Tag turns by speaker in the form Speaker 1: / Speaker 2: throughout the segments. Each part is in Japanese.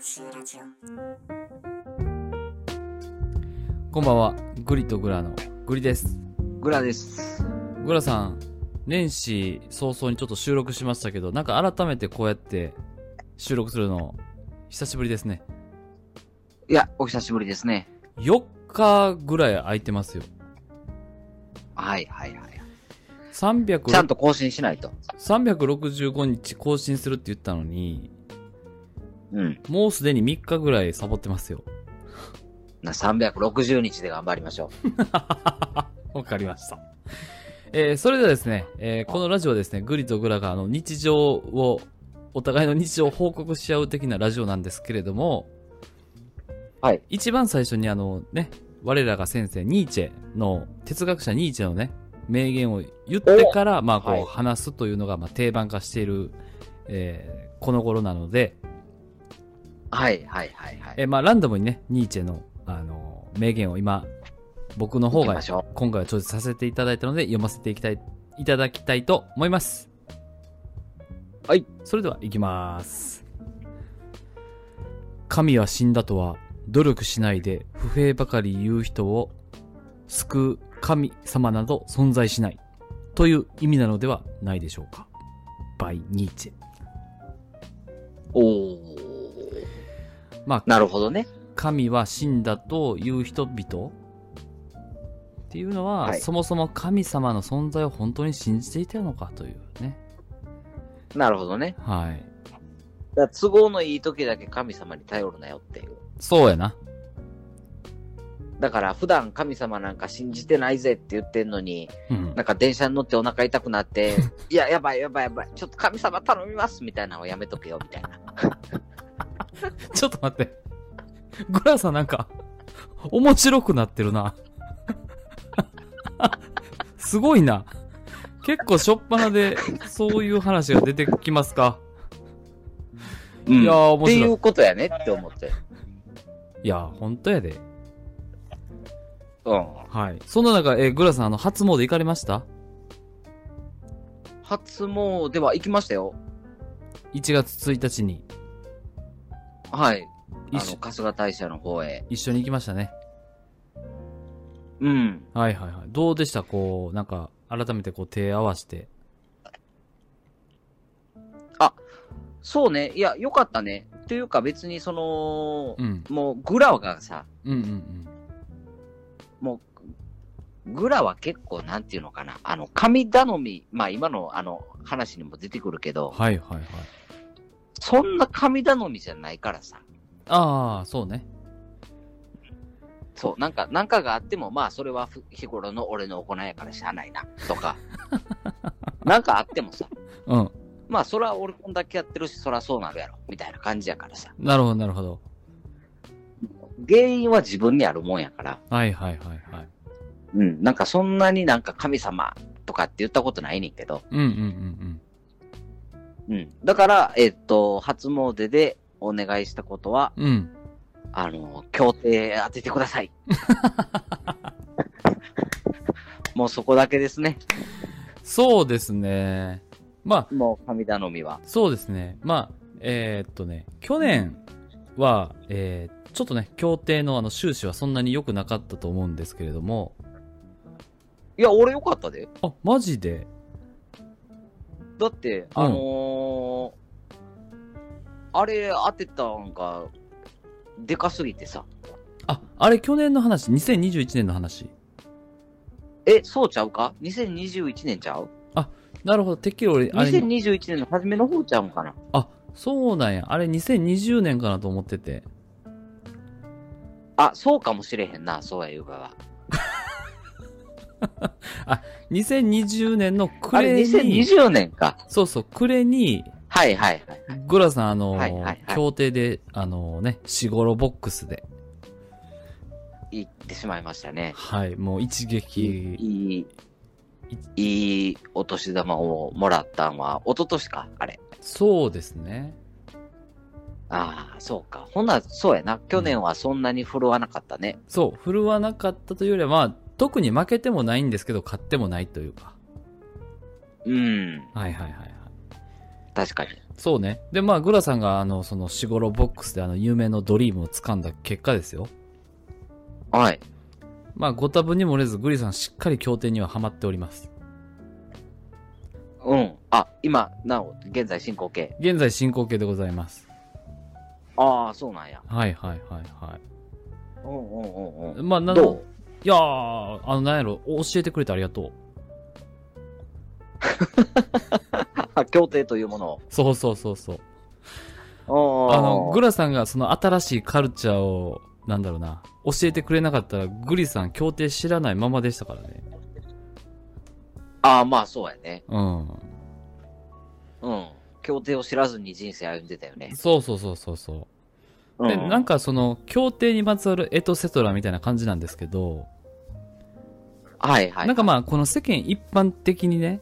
Speaker 1: シーラジオ
Speaker 2: こんばんは、グリとグラのグリです。
Speaker 3: グラです。
Speaker 2: グラさん、年始早々にちょっと収録しましたけど、なんか改めてこうやって収録するの、久しぶりですね。
Speaker 3: いや、お久しぶりですね。
Speaker 2: 4日ぐらい空いてますよ。
Speaker 3: はいはいはい。ちゃん
Speaker 2: 300
Speaker 3: と更新しないと。
Speaker 2: 365日更新するって言ったのに、
Speaker 3: うん。
Speaker 2: もうすでに3日ぐらいサボってますよ。
Speaker 3: な360日で頑張りましょ
Speaker 2: わかりました。えーそれではですね、えーこのラジオはですね、グリとグラがあの日常を、お互いの日常を報告し合う的なラジオなんですけれども、
Speaker 3: はい。
Speaker 2: 一番最初にあのね、我らが先生、ニーチェの、哲学者ニーチェのね、名言を言ってから、まあこう、
Speaker 3: はい
Speaker 2: 話すというのが、まあ定番化している、えーこの頃なので、
Speaker 3: う。はいはいはいはい。
Speaker 2: えーまあランダムにね、ニーチェの、あの、名言を今、僕の
Speaker 3: 行
Speaker 2: 方
Speaker 3: き
Speaker 2: が
Speaker 3: ましょ
Speaker 2: 今回は調査させていただいたので読ませていきたいいただきたいと思います
Speaker 3: はい
Speaker 2: それではいきます神は死んだとは努力しないで不平ばかり言う人を救う神様など存在しないという意味なのではないでしょうかバイ・ニーチェ
Speaker 3: う。おー。
Speaker 2: まあ
Speaker 3: なるほどね。
Speaker 2: 神は死んだという人々っていうのは、
Speaker 3: はい
Speaker 2: そもそも神様の存在を本当に信じていたのかというね
Speaker 3: なるほどね。
Speaker 2: はい。
Speaker 3: だから都合のいい時だけ神様に頼るなよっていう。
Speaker 2: そうやな。
Speaker 3: だから普段神様なんか信じてないぜって言ってんのに、
Speaker 2: うん。
Speaker 3: なんか電車に乗ってお腹痛くなって、 いや、やばいやばいやばい、ちょっと神様頼みますみたいなのをやめとけよみたいな。
Speaker 2: ちょっと待って。グラさんなんか、面白くなってるな。すごいな。結構しょっぱなで、そういう話が出てきますか。いやー、
Speaker 3: っ
Speaker 2: 面
Speaker 3: てい
Speaker 2: 白い。
Speaker 3: うことやねって思って。
Speaker 2: いやー、本当やで。
Speaker 3: うん。
Speaker 2: はい。そんな中、えーグラさん、あの、初詣行かれました
Speaker 3: 初詣は行きましたよ。
Speaker 2: ?1 月1日に。
Speaker 3: はい。あ
Speaker 2: 一
Speaker 3: の、
Speaker 2: 緒
Speaker 3: 春日大社の方へ。
Speaker 2: 一緒に行きましたね。
Speaker 3: うん。
Speaker 2: はいはいはい。どうでしたこう、なんか、改めてこう、手合わせて。
Speaker 3: そうね。いや、よかったね。というか別にその
Speaker 2: う、ん。
Speaker 3: もう、グラがさ、
Speaker 2: うんうんうん。
Speaker 3: もう、グラは結構、なんていうのかな。あの、神頼み、まあ今のあの、話にも出てくるけど、
Speaker 2: はいはいはい。
Speaker 3: そんな神頼みじゃないからさ。
Speaker 2: ああ、そうね。
Speaker 3: そう、なんか、なんかがあっても、まあ、それはふ日頃の俺の行いやからしゃあないな、とか。なんかあってもさ、
Speaker 2: うん。
Speaker 3: まあ、それは俺こんだけやってるし、そらそうなるやろ、みたいな感じやからさ。
Speaker 2: なるほど、なるほど。
Speaker 3: 原因は自分にあるもんやから、
Speaker 2: はいはいはいはい。
Speaker 3: うん、なんかそんなになんか神様とかって言ったことないねんけど、
Speaker 2: うんうんうん
Speaker 3: うん。だから、えっと、初詣でお願いしたことは、
Speaker 2: うん。うん。
Speaker 3: あの、協定当ててください。もうそこだけですね。
Speaker 2: そうですね。まあ、
Speaker 3: もう神頼みは。
Speaker 2: そうですね。まあ、えーっとね、去年は、えーちょっとね、協定のあの収支はそんなに良くなかったと思うんですけれども、
Speaker 3: いや、俺よかったで。
Speaker 2: あ、マジで
Speaker 3: だって、あのーあれ当てたんが、でかすぎてさ。
Speaker 2: あ、あれ去年の話、2021年の話。
Speaker 3: え、そうちゃうか ?2021 年ちゃう
Speaker 2: なるほど、てっきり俺、あれ、
Speaker 3: ?2021 年の初めの方ちゃうんかな
Speaker 2: あ、そうなんや。あれ2020年かなと思ってて。
Speaker 3: あ、そうかもしれへんな、そうや言うかは。
Speaker 2: 2020年の
Speaker 3: あ
Speaker 2: 暮
Speaker 3: れ、
Speaker 2: れに、
Speaker 3: 2020年か。
Speaker 2: そうそう、暮れに、
Speaker 3: はいはいはい。
Speaker 2: グラさん、あの、
Speaker 3: はいはいはい
Speaker 2: 協定で、あのね、しごろボックスで、
Speaker 3: 行ってしまいましたね。
Speaker 2: はい、もう一
Speaker 3: い
Speaker 2: 撃、
Speaker 3: い、いい、いいお年玉をもらったんは、一昨年か、あれ。
Speaker 2: そうですね。
Speaker 3: ああ、そうか。ほな、そうやな。去年はそんなに振るわなかったね。
Speaker 2: そう、振るわなかったというよりは、まあ、特に負けてもないんですけど、勝ってもないというか。
Speaker 3: うん。
Speaker 2: はいはいはいはい。
Speaker 3: 確かに。
Speaker 2: そうね。で、まあ、グラさんが、あの、その、しごろボックスで、あの、有名のドリームを掴んだ結果ですよ。
Speaker 3: はい。
Speaker 2: まあ、ご多分に漏れず、グリさんしっかり協定にはハマっております。
Speaker 3: うん。あ、今、なお、現在進行形。
Speaker 2: 現在進行形でございます。
Speaker 3: ああ、そうなんや。
Speaker 2: はいはいはいは
Speaker 3: うんうんうん
Speaker 2: い。まあ、
Speaker 3: うん。
Speaker 2: な
Speaker 3: ど
Speaker 2: の
Speaker 3: う、
Speaker 2: いやー、あの、なんやろ、教えてくれてありがとう。
Speaker 3: あ協定というものを。
Speaker 2: そうそうそうそう。
Speaker 3: あー
Speaker 2: あの、グラさんがその新しいカルチャーを、なんだろうな、教えてくれなかったら、グリさん協定知らないままでしたからね。
Speaker 3: ああ、まあそうやね。
Speaker 2: うん。
Speaker 3: うん。協定を知らずに人生歩んでたよね。
Speaker 2: そうそうそうそうそうう。
Speaker 3: ん、
Speaker 2: で、なんかその、協定にまつわるエトセトラみたいな感じなんですけど、
Speaker 3: はいはい。
Speaker 2: なんかまあ、この世間一般的にね、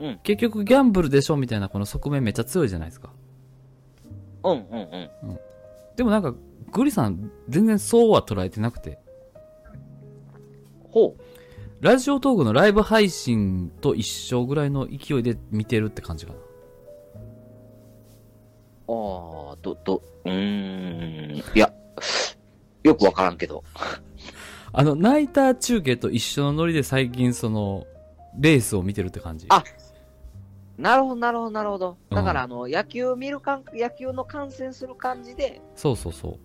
Speaker 3: うん
Speaker 2: 結局ギャンブルでしょみたいなこの側面めっちゃ強いじゃないですか。
Speaker 3: うんうんうん。
Speaker 2: でもなんか、グリさん全然そうは捉えてなくて、
Speaker 3: ほう。
Speaker 2: ラジオトークのライブ配信と一緒ぐらいの勢いで見てるって感じかな。
Speaker 3: ああ、ど、ど、うーん。いや、よくわからんけど。
Speaker 2: あの、ナイター中継と一緒のノリで最近その、レースを見てるって感じ。
Speaker 3: あなるほど、なるほど、なるほど。だから、
Speaker 2: うん
Speaker 3: あの、野球見るかん、野球の観戦する感じで、
Speaker 2: そうそうそう。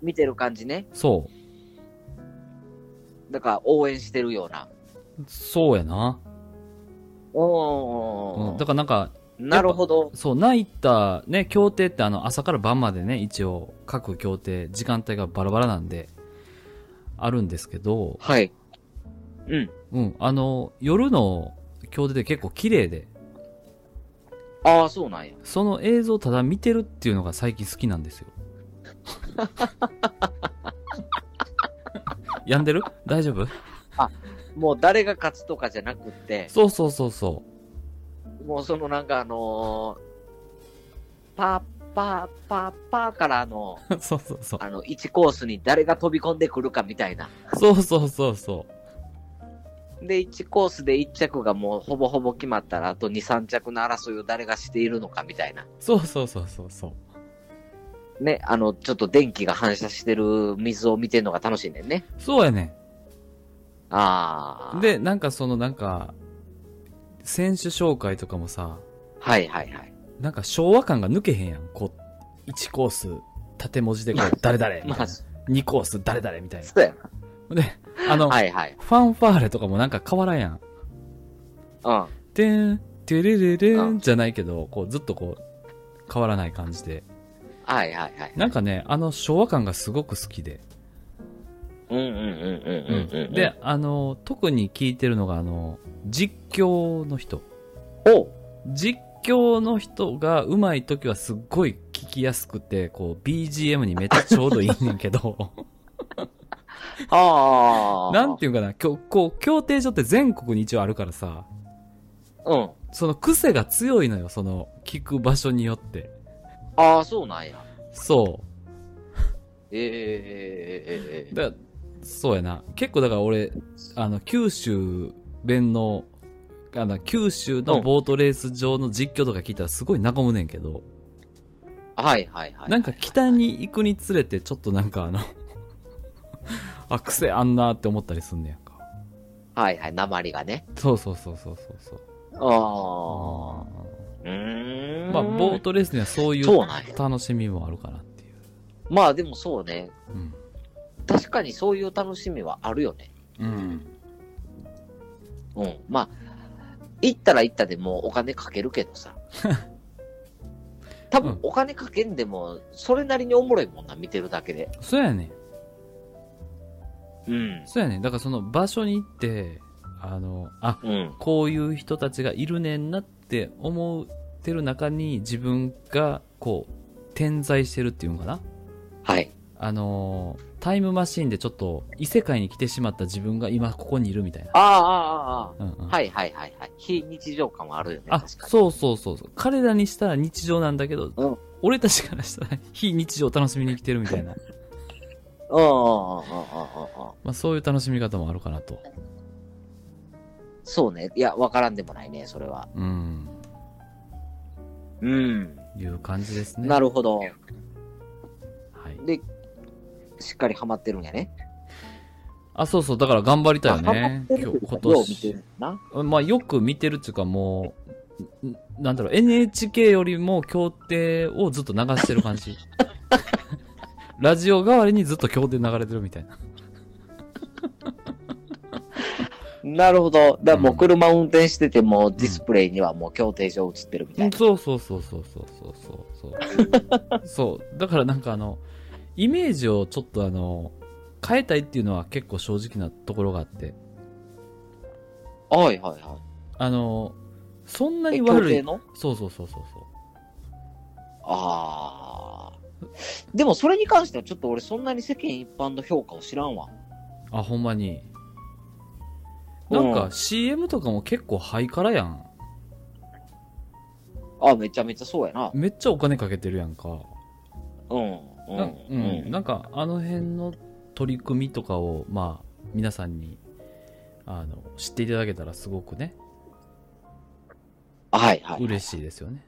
Speaker 3: 見てる感じね。
Speaker 2: そ
Speaker 3: だから、応援してるような。
Speaker 2: う。そうやな。
Speaker 3: お
Speaker 2: う
Speaker 3: お
Speaker 2: ん。だからなんか、
Speaker 3: なるほど。
Speaker 2: そう、ナイター、ね、協定ってあの、朝から晩までね、一応、各協定、時間帯がバラバラなんで、あるんですけど、
Speaker 3: はい。うん。
Speaker 2: うん、あの、夜の協定で結構綺麗で、
Speaker 3: ああ、そうなんや。
Speaker 2: その映像をただ見てるっていうのが最近好きなん ですよ。病んでる大丈夫
Speaker 3: もう誰が勝つとかじゃなくって、
Speaker 2: そうそうそうそう。
Speaker 3: もうそのなんかあのー、パーパーパーパーから あの、
Speaker 2: そうそうそう。
Speaker 3: あの、1コースに誰が飛び込んでくるかみたいな。
Speaker 2: そうそうそうそう。
Speaker 3: で、1コースで1着がもうほぼほぼ決まったら、あと2、3着の争いを誰がしているのかみたいな。
Speaker 2: そうそうそうそうそう。
Speaker 3: ね、あの、ちょっと電気が反射してる水を見てるのが楽しいねんね。
Speaker 2: そうやね
Speaker 3: ああ。
Speaker 2: ん。、で、なんかそのなんか、選手紹介とかもさ、
Speaker 3: はいはい はい。
Speaker 2: なんか昭和感が抜けへんやん。こう、1コース、縦文字でこ う、誰々みた
Speaker 3: ま
Speaker 2: いな
Speaker 3: あ、。
Speaker 2: 2コース、誰々みたい
Speaker 3: そうや
Speaker 2: な。で、あの、
Speaker 3: な。はいはい。
Speaker 2: ファンファーレとかもなんか変わらんやん。
Speaker 3: うん。
Speaker 2: てん、てれれれ
Speaker 3: うん
Speaker 2: んじゃないけど、こうずっとこう、変わらない感じで。
Speaker 3: はいはいはい。
Speaker 2: なんかね、あの昭和感がすごく好きで。
Speaker 3: うんうんうんうんうんうん。
Speaker 2: で、、あの、特に聞いてるのが、あの、実況の人。
Speaker 3: おう
Speaker 2: 実況の人が上手い時はすっごい聞きやすくて、こう、BGM にめっちゃちょうどいいんやけ ど、
Speaker 3: ああ。
Speaker 2: なんていうかな、きょこう、協定所って全国に一応あるからさ、
Speaker 3: うん。
Speaker 2: その癖が強いのよ、その、聞く場所によって。
Speaker 3: ああ、そうなんや。
Speaker 2: そ
Speaker 3: ええ
Speaker 2: う。だ、そうやな。結構だから俺、あの、九州弁の、あの、九州のボートレース場の実況とか聞いたらすごい和むねんけど、
Speaker 3: はいはいはい。
Speaker 2: なんか北に行くにつれて、ちょっとなんかあの、あ、癖あんなって思ったりすんねやんか。
Speaker 3: はいはい、鉛がね。
Speaker 2: そうそうそうそうそうそう。
Speaker 3: ああ。うーん。
Speaker 2: まあ、ボートレースにはそうい
Speaker 3: そう
Speaker 2: う
Speaker 3: なんや。
Speaker 2: 楽しみもあるかなっていう。
Speaker 3: まあでもそうね。
Speaker 2: うん。
Speaker 3: 確かにそういう楽しみはあるよね。
Speaker 2: うん。
Speaker 3: うん。まあ、行ったら行ったでもうお金かけるけ どさ。多
Speaker 2: うん
Speaker 3: 分お金かけんでも、それなりにおもろいもんな、見てるだけで。
Speaker 2: そうやねん。
Speaker 3: うん。
Speaker 2: そうやねん。だからその場所に行って、あの、あ、
Speaker 3: うん。
Speaker 2: こういう人たちがいるねんなって思ってる中に自分がこう、点在してるっていうんかな
Speaker 3: はい。
Speaker 2: あのータイムマシンでちょっと異世界に来てしまった自分が今ここにいるみたいな。
Speaker 3: ああ、ああ、ああ。
Speaker 2: うんうん
Speaker 3: はいはいはいはい。非日常感はあるよね。
Speaker 2: あ、
Speaker 3: 確かに。
Speaker 2: そうそうそうそう。彼らにしたら日常なんだけど、
Speaker 3: うん
Speaker 2: 俺たちからしたら 非日常を楽しみに来てるみたい な。
Speaker 3: うんうんうんうんうんうんうん。
Speaker 2: まあそういう楽しみ方もあるかなと。
Speaker 3: そうね。いや、わからんでもないね、それは。
Speaker 2: うん。
Speaker 3: うん。
Speaker 2: いう感じですね。
Speaker 3: なるほど。
Speaker 2: はい。
Speaker 3: で、しっかりハマってるんやね。
Speaker 2: あ、そうそう、だから頑張りたいよね。
Speaker 3: あ
Speaker 2: 今
Speaker 3: ハマってる
Speaker 2: 日、
Speaker 3: ってこ
Speaker 2: 今
Speaker 3: とはよう見て
Speaker 2: 年
Speaker 3: る。な。
Speaker 2: まあ、よく見てるっていうか、もう、んなんだろう、NHK よりも協定をずっと流してる感 じ。ラジオ代わりにずっと協定流れてるみたいな。
Speaker 3: なるほど。だからも
Speaker 2: う
Speaker 3: うん車運転してても、ディスプレイにはもう協定上映ってるみたいな。
Speaker 2: そうそうそうそうそうそうそうそう。そう。だからなんかあの、イメージをちょっとあの、変えたいっていうのは結構正直なところがあって。
Speaker 3: はいはいは。
Speaker 2: あの、そんない
Speaker 3: え
Speaker 2: に
Speaker 3: 協
Speaker 2: 悪
Speaker 3: 定
Speaker 2: い。
Speaker 3: の
Speaker 2: そうそうそうそうそう。
Speaker 3: ああ。でもそれに関してはちょっと俺そんなに世間一般の評価を知らんわ。
Speaker 2: あ、ほんまに。
Speaker 3: う
Speaker 2: なんんか CM とかも結構ハイカラやん。
Speaker 3: あめちゃめちゃそうやな。
Speaker 2: めっちゃお金かけてるやんか。
Speaker 3: うん。う
Speaker 2: な,、
Speaker 3: ん。うん。
Speaker 2: なんかあの辺の取り組みとかを、まあ、皆さんに、あの、知っていただけたらすごくね、
Speaker 3: はいはい。
Speaker 2: 嬉しいですよね。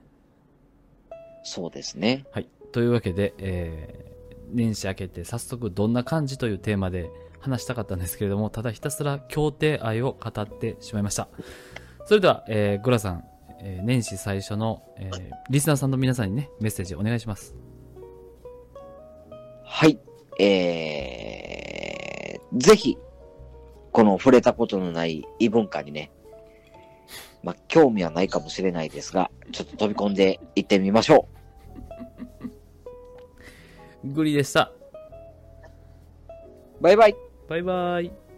Speaker 3: そうですね。
Speaker 2: はい。というわけで、えー年始明けて早速どんな感じというテーマで話したかったんですけれども、ただひたすら協定愛を語ってしまいました。それでは、えー、ゴラさん、えー年始最初の、えーリスナーさんの皆さんにね、メッセージお願いします。
Speaker 3: はい。えー、ぜひ、この触れたことのない異文化にね、まあ、興味はないかもしれないですが、ちょっと飛び込んで行ってみましょ
Speaker 2: グリでした。
Speaker 3: う。バイバイ。
Speaker 2: バイバイ。